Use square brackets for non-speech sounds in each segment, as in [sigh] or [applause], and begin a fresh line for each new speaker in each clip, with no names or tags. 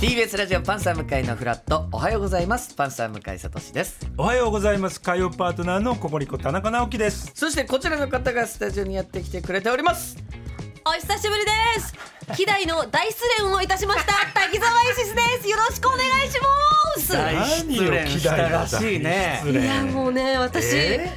TBS ラジオパンサー向井のフラットおはようございますパンサー向井聡です
おはようございます海洋パートナーのココリコ田中直樹です
そしてこちらの方がスタジオにやってきてくれております
お久しぶりです。希代の大失恋をいたしま
[laughs]
した。滝沢イシスです。よろしくお願いしま
大失恋したらしいね
す。
何を期待だ
いやもうね、私
え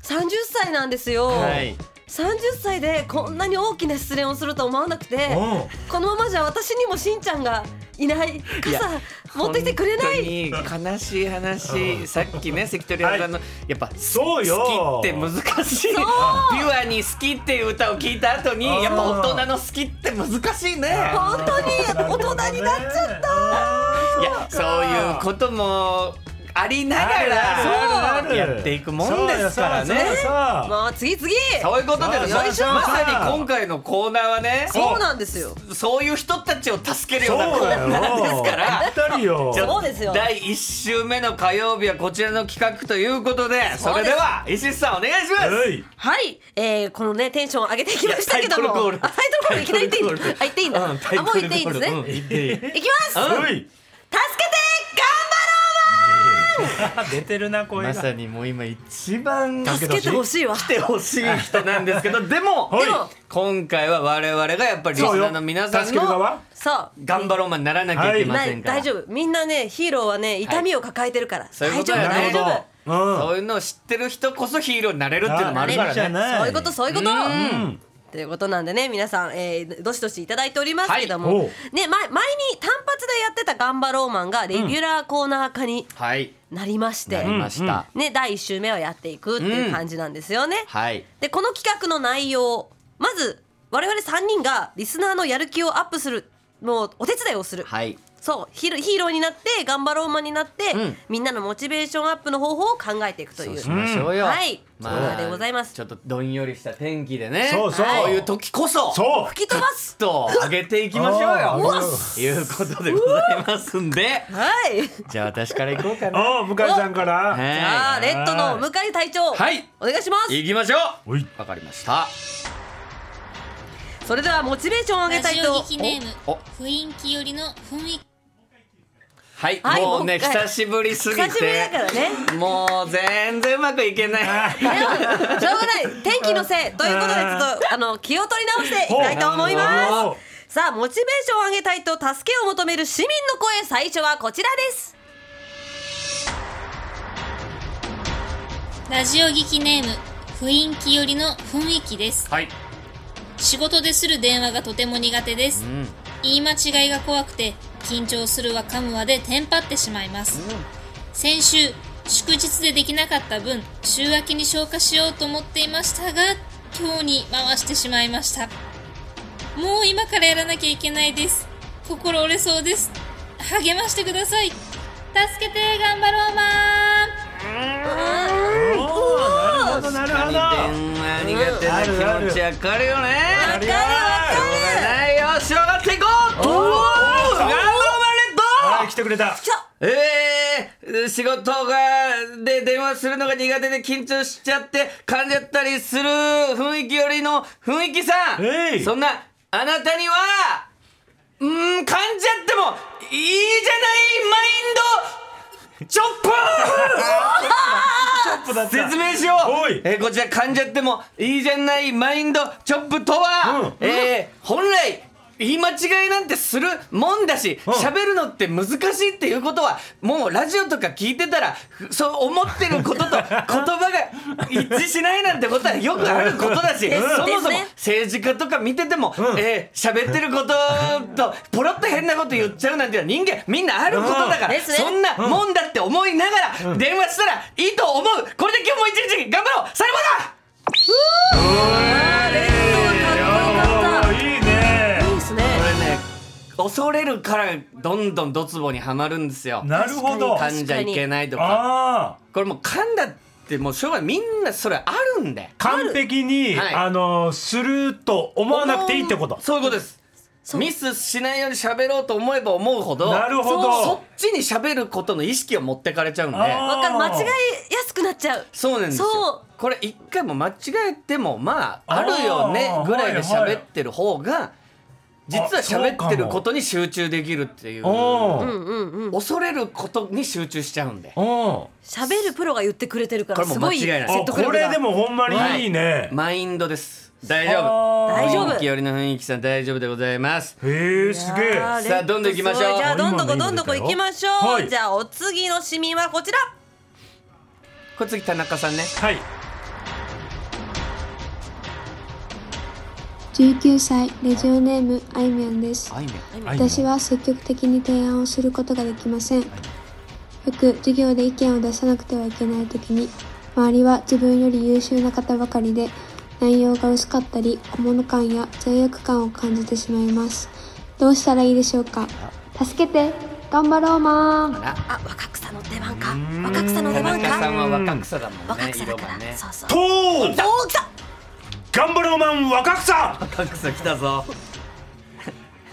三十歳なんですよ
はい。
三十歳でこんなに大きな失恋をするとは思わなくて、
うん
このままじゃ私にもしんちゃんがいない
いや
傘持ってきてくれない。
本当に悲しい話さっきね関取屋さんの、やっぱ
そうよ
好きって難しいピュアに好きっていう歌を聞いた後に
うん
やっぱ大人の好きって難しいね
本当に大人になっちゃった。
た
いやそういうこともありながらやっていくもんですからね
ね
もう次次。
そういうことで
そ
ま
うそうそう
さに今回のコーナーはね
そうなんですよ。
そういう人たちを助けるよ
そう
うなコー
だよ
ナーですから
ぴったりよ
じゃあ
そうですよ
第1週目の火曜日はこちらの企画ということでそれでは石井さんお願いします
うい
はい、えー、このねテンション上げていきましたけども、
いや
あタイトルコールいきなり言っていいの？あ言っていいんだ。あ
う
も
んタイトルコ
う
ール
言っていいんですね。
うん
い
言っていい
きます。助けて
うい出てるな
[laughs]
声
ま
が
さにもう今一番
頑張ろう。助けてほしいわ。
来てほしい人なんですけどでも
はい
でも
今回は我々がやっぱりリスナーの皆さん
そうよ助ける
の
側
そう。
頑張ろうマンにならなきゃいけま
な
せん
い
から、
大丈夫。みんなねヒーローはね痛みを抱えてるから、
そうい
大
うこと
丈夫
だね
大丈
な
夫
る。
うん
そういうのを知ってる人こそヒーローになれるっていうのもあるから
じゃ
ね
ない
そういうことそういうこと。
うん
ということなんでね皆さん、えー、どしどしいただいておりますけども、
はいおう
ね前前に単発でやってた「ガンバローマン」がレギュラーコーナー化に
はい
なりまして、
なりました、
ね、第1週目をやっていくっていう感じなんですよね。
はい
でこの企画の内容まず我々3人がリスナーのやる気をアップするもうお手伝いをする、
はい
そうヒーローヒーローになって頑張ろうマンになって、
うん
みんなのモチベーションアップの方法を考えていくとい
そう
う
しましょうよ、
うんはいそうなんでございます
ちょっとどんよりした天気でね
そうそう
こういう時こそ
そう
吹き飛ばす
ちょっと上げていきましょう
あー
よ
うわっ
ということでございますんで
はいじ
じゃあ私からいこう
[laughs]
かな
お向井さんから
はい
ゃあレッドの向井隊長、
はい
お願いします
行きましょう
おい
わかりました
それではモチベーションを上げ
ラ
たい
ジ
と
オ劇ネーム
おお
雰囲気よりの雰囲気
はい、
はい
もうね
もう一回
久しぶりすぎて
久しぶりだからね
もう全然うまくいけない
では [laughs] しょうがない天気のせいということでちょっとあの気を取り直していきたいと思い
ほ
ま
う
すさあモチベーションを上げたいと助けを求める市民の声最初はこちらです
ラジオ劇ネーム雰囲気よりの雰囲気です
はい、
仕事でする電話がとても苦手です
うん、
言い間違いが怖くて緊張するわ噛むわでテンパってしまいます、先週祝日でできなかった分週明けに消化しようと思っていましたが今日に回してしまいましたもう今からやらなきゃいけないです心折れそうです励ましてください助けて頑張ろうマン
おーなるほどなる
電
ほど
話苦手な気持ちわかるよね
あり
しょ
ゃ
うがないよし上がっていこうおお頑張れ
あ
ド
ー来てくれた
来た
えー、仕事がで電話するのが苦手で緊張しちゃって噛んじゃったりする雰囲気よりの雰囲気さん、
えい
そんなあなたにはうーん噛んじゃってもいいじゃないマインドチョップ
[laughs] トップだった
説明しよ
お
う
い
えーこちら噛んじゃってもいいじゃないマインドチョップとは、
うん
えー本来言い間違いなんてするもんだし
うん
喋るのって難しいっていうことはもうラジオとか聞いてたらふそう思ってること
[laughs]
と言葉が一致しないなんてことはよくあることだし、
うん
そもそ
です
も
ね
政治家とか見てても、
ん
えー喋ってることとポロッと変なこと言っちゃうなんていうのは人間みんなあることだから、
うんですね
そんなもんだって思いながら電話したらいいと思うこれで今日も一日頑張ろうさよ
レッドがかっこよかっ
おーいいね
たいいですね
ならこれね恐れるからどんどんドツボにはまるんですよ
なるほど
噛んじゃいけないとか
ああ
これもう噛んだってもうしょうがないみんなそれあるんで
完璧に、
はい
あのすると思わなくていいってこと
そういうことです
そう
ミスしないように喋ろうと思えば思うほど
なるほど
そそっちに喋ることの意識を持ってかれちゃうんで
あー
わかる間違いやすくなっちゃう
そうなんですよ
そう
これ一回も間違えてもまああるよね
あー
ぐらいで喋ってる方が実は喋ってることに集中できるっていう
お
う
ー
んうんうん
恐れることに集中しちゃうんで
お
喋るプロが言ってくれてるから
これも
す
う
ごい
間違いない
ー
説
あ
得力
こ
が
れでもほんまにいいね、
マインドです大丈夫
あー
大丈夫
雰囲気よりの雰囲気さん大丈夫でございます
へえすげえ
あー
さあどんどん行きましょう
レッドすごいじゃあどんどこ
今
ど
の
ん
い
ど
いの
こ
出たよ
行きましょう、
はい
じゃあお次の市民はこちら
これ次田中さんね
はい
19歳レジオネームあいみょんです
あいみょん
私は積極的に提案をすることができませんよく授業で意見を出さなくてはいけない時に周りは自分より優秀な方ばかりで内容が薄かったり小物感や罪悪感を感じてしまいますどうしたらいいでしょうか助けて頑張ろうまーん
あ若草の出番か若草の
田
出番
中さん
か
は若草だもんね
若草だ
色
か
が
ら、
ね
そうそう
とー
大きさ
頑張ろうマン若草
若草来たぞ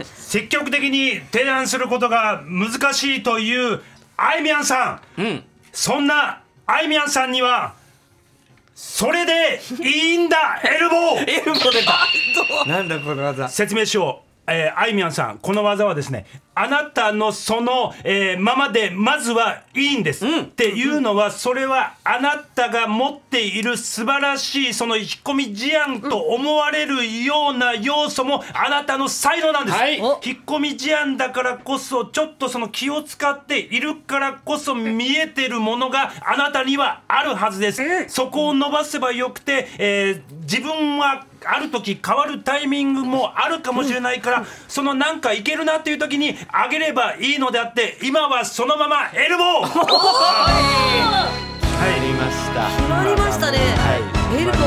積極的に提案することが難しいというあいみょんさん
うん
そんなあいみょんさんにはそれでいいんだエルボー
エルボ出たなんだこの技
説明しよう。えー、あいみょんさん、この技はですね、あなたのその、えーままで、まずはいいんです。
ん
っていうのは、それはあなたが持っている素晴らしい、その引っ込み思案と思われるような要素も、あなたの才能なんです。
はいお
引っ込み思案だからこそ、ちょっとその気を使っているからこそ見えてるものがあなたにはあるはずです。そこを伸ばせばよくて、えー自分はある時変わるタイミングもあるかもしれないから、そのなんかいけるなっていう時に上げればいいのであって、今はそのままエルボー
入りました
決まりましたね、
は
エルボー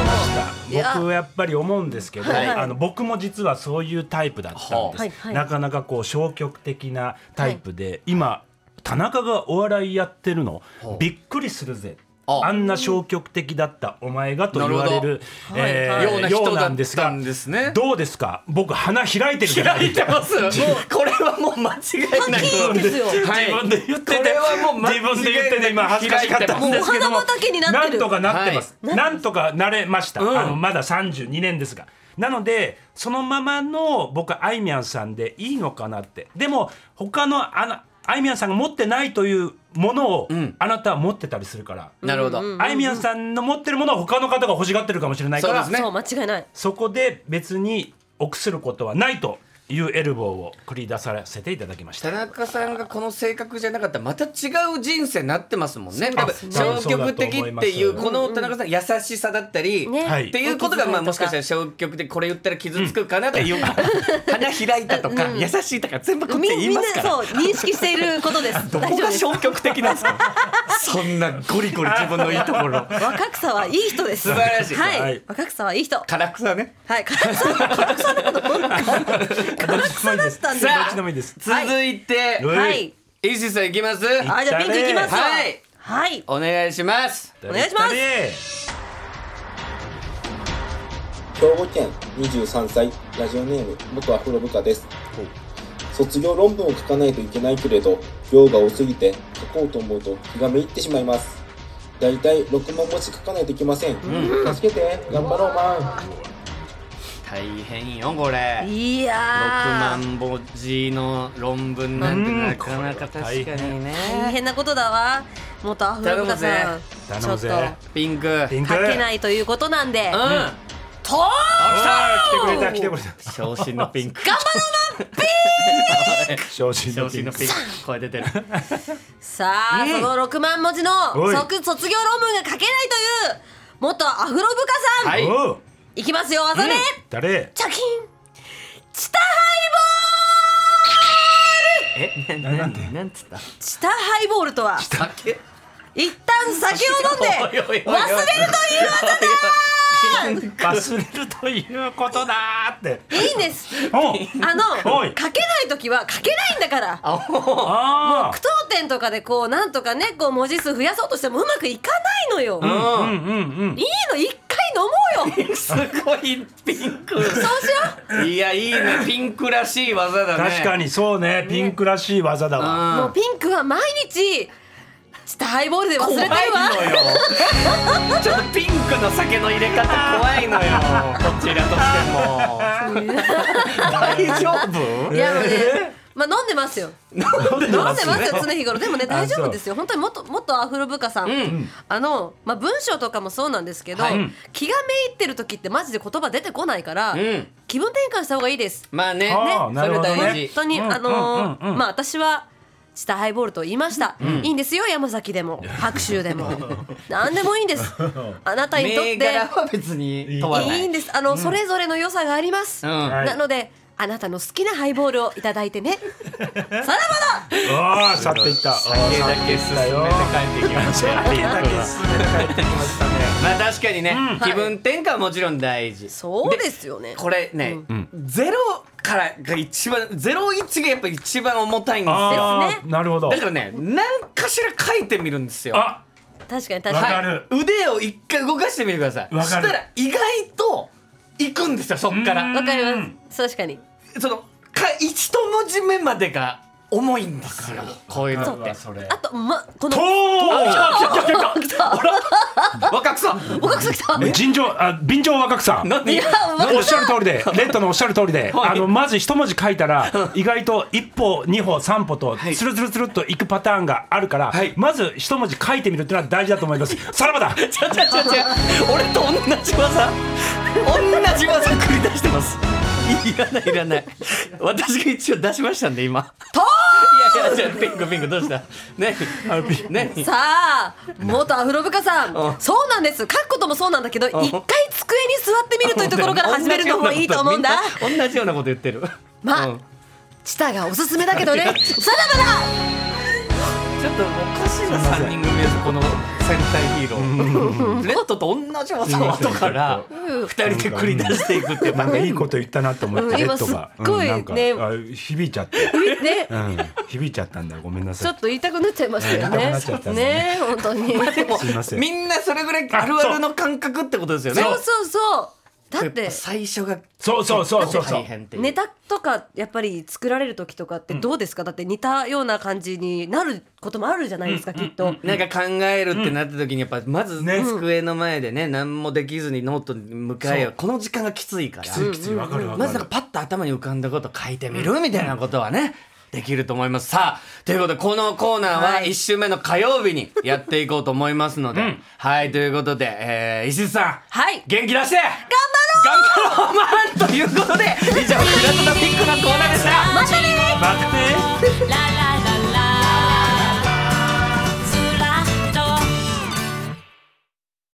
もいや
僕はやっぱり思うんですけど、
はい
あの僕も実はそういうタイプだったんです、
はあ
はいはい
なかなかこう消極的なタイプで、今田中がお笑いやってるの、
はあ
びっくりするぜ
あ
あんな消極的だったお前がと言われる
なるほどはいはい
ような人
よう
だ
な
っ
んです
た
が
んですね
どうですか僕花開いてるじゃな
開
い
いてます [laughs] もうこれはもう間違いない
はっきりですよ
はい
自分で言ってて
これはもう間違いな
自
い
分で言ってて今恥ずかしかったんですけども
もうお花畑になってる
んとかなってます、
はい
なんとかなれました、
うん
あのまだ32年ですがなのでそのままの僕はあいみょんさんでいいのかなってでも他のあのあいみょんさんが持ってないというものを、
ん
あなたは持ってたりするから、
なるほど
あいみょんさんの持ってるものは他の方が欲しがってるかもしれないから
そうですね
そう間違いない
そこで別に臆することはないというエルボーを繰り出させていただきました
田。中さんがこの性格じゃなかったらまた違う人生になってますもんね多分
そうですね
消極的ってい
そうだと思いうます
この田中さんの優しさだったり、
ね
はい
っていうことがまあもしかしたら消極的これ言ったら傷つくかなとか、花開いたとか、優しいとか全部こっち
み
で言い
みん
ま
な
すから
そう認識していることです
[laughs] ど
大
こ
丈夫
が
です
消極的なんですかそんなゴリゴリ自分のいいところ
若草はいい人です
素晴らしい
はい、
はい
若草はいい人
唐草ね
はい [laughs] 唐草唐草だったの
どっちでもいいです。ど
た
っ
ん
ち
だ
でもいいです。
続いて、
はい
はい
イシさんいきます
あじゃあピンクいきますよ
はい
はい
お願いします
お願いします
す。
兵庫県23歳ラジオネーム元アフロ部下です卒業論文を書かないといけないけれど量が多すぎて書こうと思うと気がめいってしまいますだいたい6万文字書かないといけません、助けて頑張ろうマン
大変よこれ
い
6
やー
万文字の論文なんてなかなか確かにね
大変なことだわ元アフロブカさんち
頼
ょっ
む
と
ぜ
ピンクうん
ピンク。
書けないということなんで
あ
とー
おい来てくれた来てくれ
来た昇進のピンク
た。昇進
[laughs] 昇
の
進
ピ
の
ン
ピン
ク。
ク声出てる
さあ、
うん
その6万文字の
おい
即卒業論文が書けないという元アフロブカさん、
はい
おう
い、きますよ技で、
うん
誰？
チャキンチタ
[laughs] えななんでなんつった
チタハイボールとは
酒
一旦酒を飲んで忘れるという
いう技だ
忘れるということだーって。
いいんです
おう。
あの
おい
書けない時は書けないんだから
あ
句読点とかでこうなんとかねこう文字数増やそうとしてもうまくいかないのよ、いい
あ。
う
うん
ん
うんうん。
の一回飲もうよ
すごいピンク
そうしよ
いやいいねピンクらしい技だね
確かにそうね。ピンクらしい技だ
う
わ。
うも
ん
うピンクは毎日ちょっとハイボールで忘れてるわ
怖いのよちょっとピンクの酒の入れ方怖いのよこちらとしても大丈夫
いやもうね、まあ飲んでますよ。
飲んで
飲んで
ま
ますす
ね
よ常日頃。でもね大丈夫ですよ。本当にもっともっとアフロブカさん、あのまあ文章とかもそうなんですけど、
はい
気がめいってる時ってマジで言葉出てこないから、
ん
気分転換した方がいいです。
まあね
あー
ね
な
そ
る
れ
ほど
大
ね
本
事
当に、
うん
あのー
うんうんうん
まあ私は。下ハイボールと言いました、いいんですよ山崎でも白州でも何でもいいん
[laughs]
ですあなたにとっ
銘
て
柄は別に問わない
いいんですあの、それぞれの良さがあります、
うん
はい
なのであなたの好きなハイボールをいただいて
[laughs]
ねさらばだ
ああ去っていった
酒だけ進めて帰ってきました
酒だけ進めて帰ってきましたね
まあ確かにね、
うん
気分転換はもちろん大事
そうですよね
これね、
ん
ゼロからが一番ゼロ一がやっぱ一番重たいんですよ
あ
です
あなるほど
だからね何かしら書いてみるんですよ
あ
確かに確
わ
か
か
に
る
腕を一回動かしてみてください
わ
し
か
た
る
ら意外と行くんですよそっか
うん
ら
わかります確かに
そのか一文字目までが重いんですよこういうのって
それ
あとまこの
とー
若くさ
おかくさきた
尋常あ便乗若草
なんで
いやわ
おっしゃる通りでレッドのおっしゃる通りで、
はい
あのまず一文字書いたら意外と一歩二歩三歩と
はい
つるつるつるっといくパターンがあるから、
はい
まず一文字書いてみるっていうのは大事だと思
[laughs]
いますさらばだ
ちゃちゃちゃちゃ俺と同じ技同じ技繰り出してますいらないいらない私が一応出しましたんで今いやいやじゃあピンクピンクどうしたねね
さあ元アフロブカさ
うん
んそうなんです書くこともそうなんだけど一
ん
回机に座ってみるというところから始めるのもいいと思うん
[laughs]
だ
同じようなこと言ってる
まあ
うん
チタがおすすめだけどねさらばだ
ちょっとおかしいな3人組ですこの戦隊ヒーローレッドと同じ技を後から2人で繰り出していくっていう
なんかいいこと言ったなと思って、
うん
レッドが、
今すっごい
なんか
ね
あ響いちゃって、
ね
うん、響いちゃったんだごめんな
ちょ
さい
っと言いたくなっちゃいましたよ
言い
ね
たくなっちゃった。んですね
ね本当に。
でも
すいません
みんなそれぐらいあるあるの感覚ってことですよね
そうそうそう。だっ
や
て
ぱ最初が
そうそうそうそうそう
大変っていう
ネタとかやっぱり作られる時とかってどうですか、だって似たような感じになることもあるじゃないですか、きっと。
なんか考えるってなった時にやっぱまず
ね
机の前でね何もできずにノートに向かえよ
そう
この時間がきついから
きついきついわかるわかる、
まずなんかパッと頭に浮かんだこと書いてみるみたいなことはね、できると思います。さあ、ということで、このコーナーは
はい
1週目の火曜日にやっていこうと思いますので、はい、ということで、えー、石津さん、
はい
元気出して頑張ろう頑張ろうマンということで、以上、フラットなピックのコーナーでした。
またね
また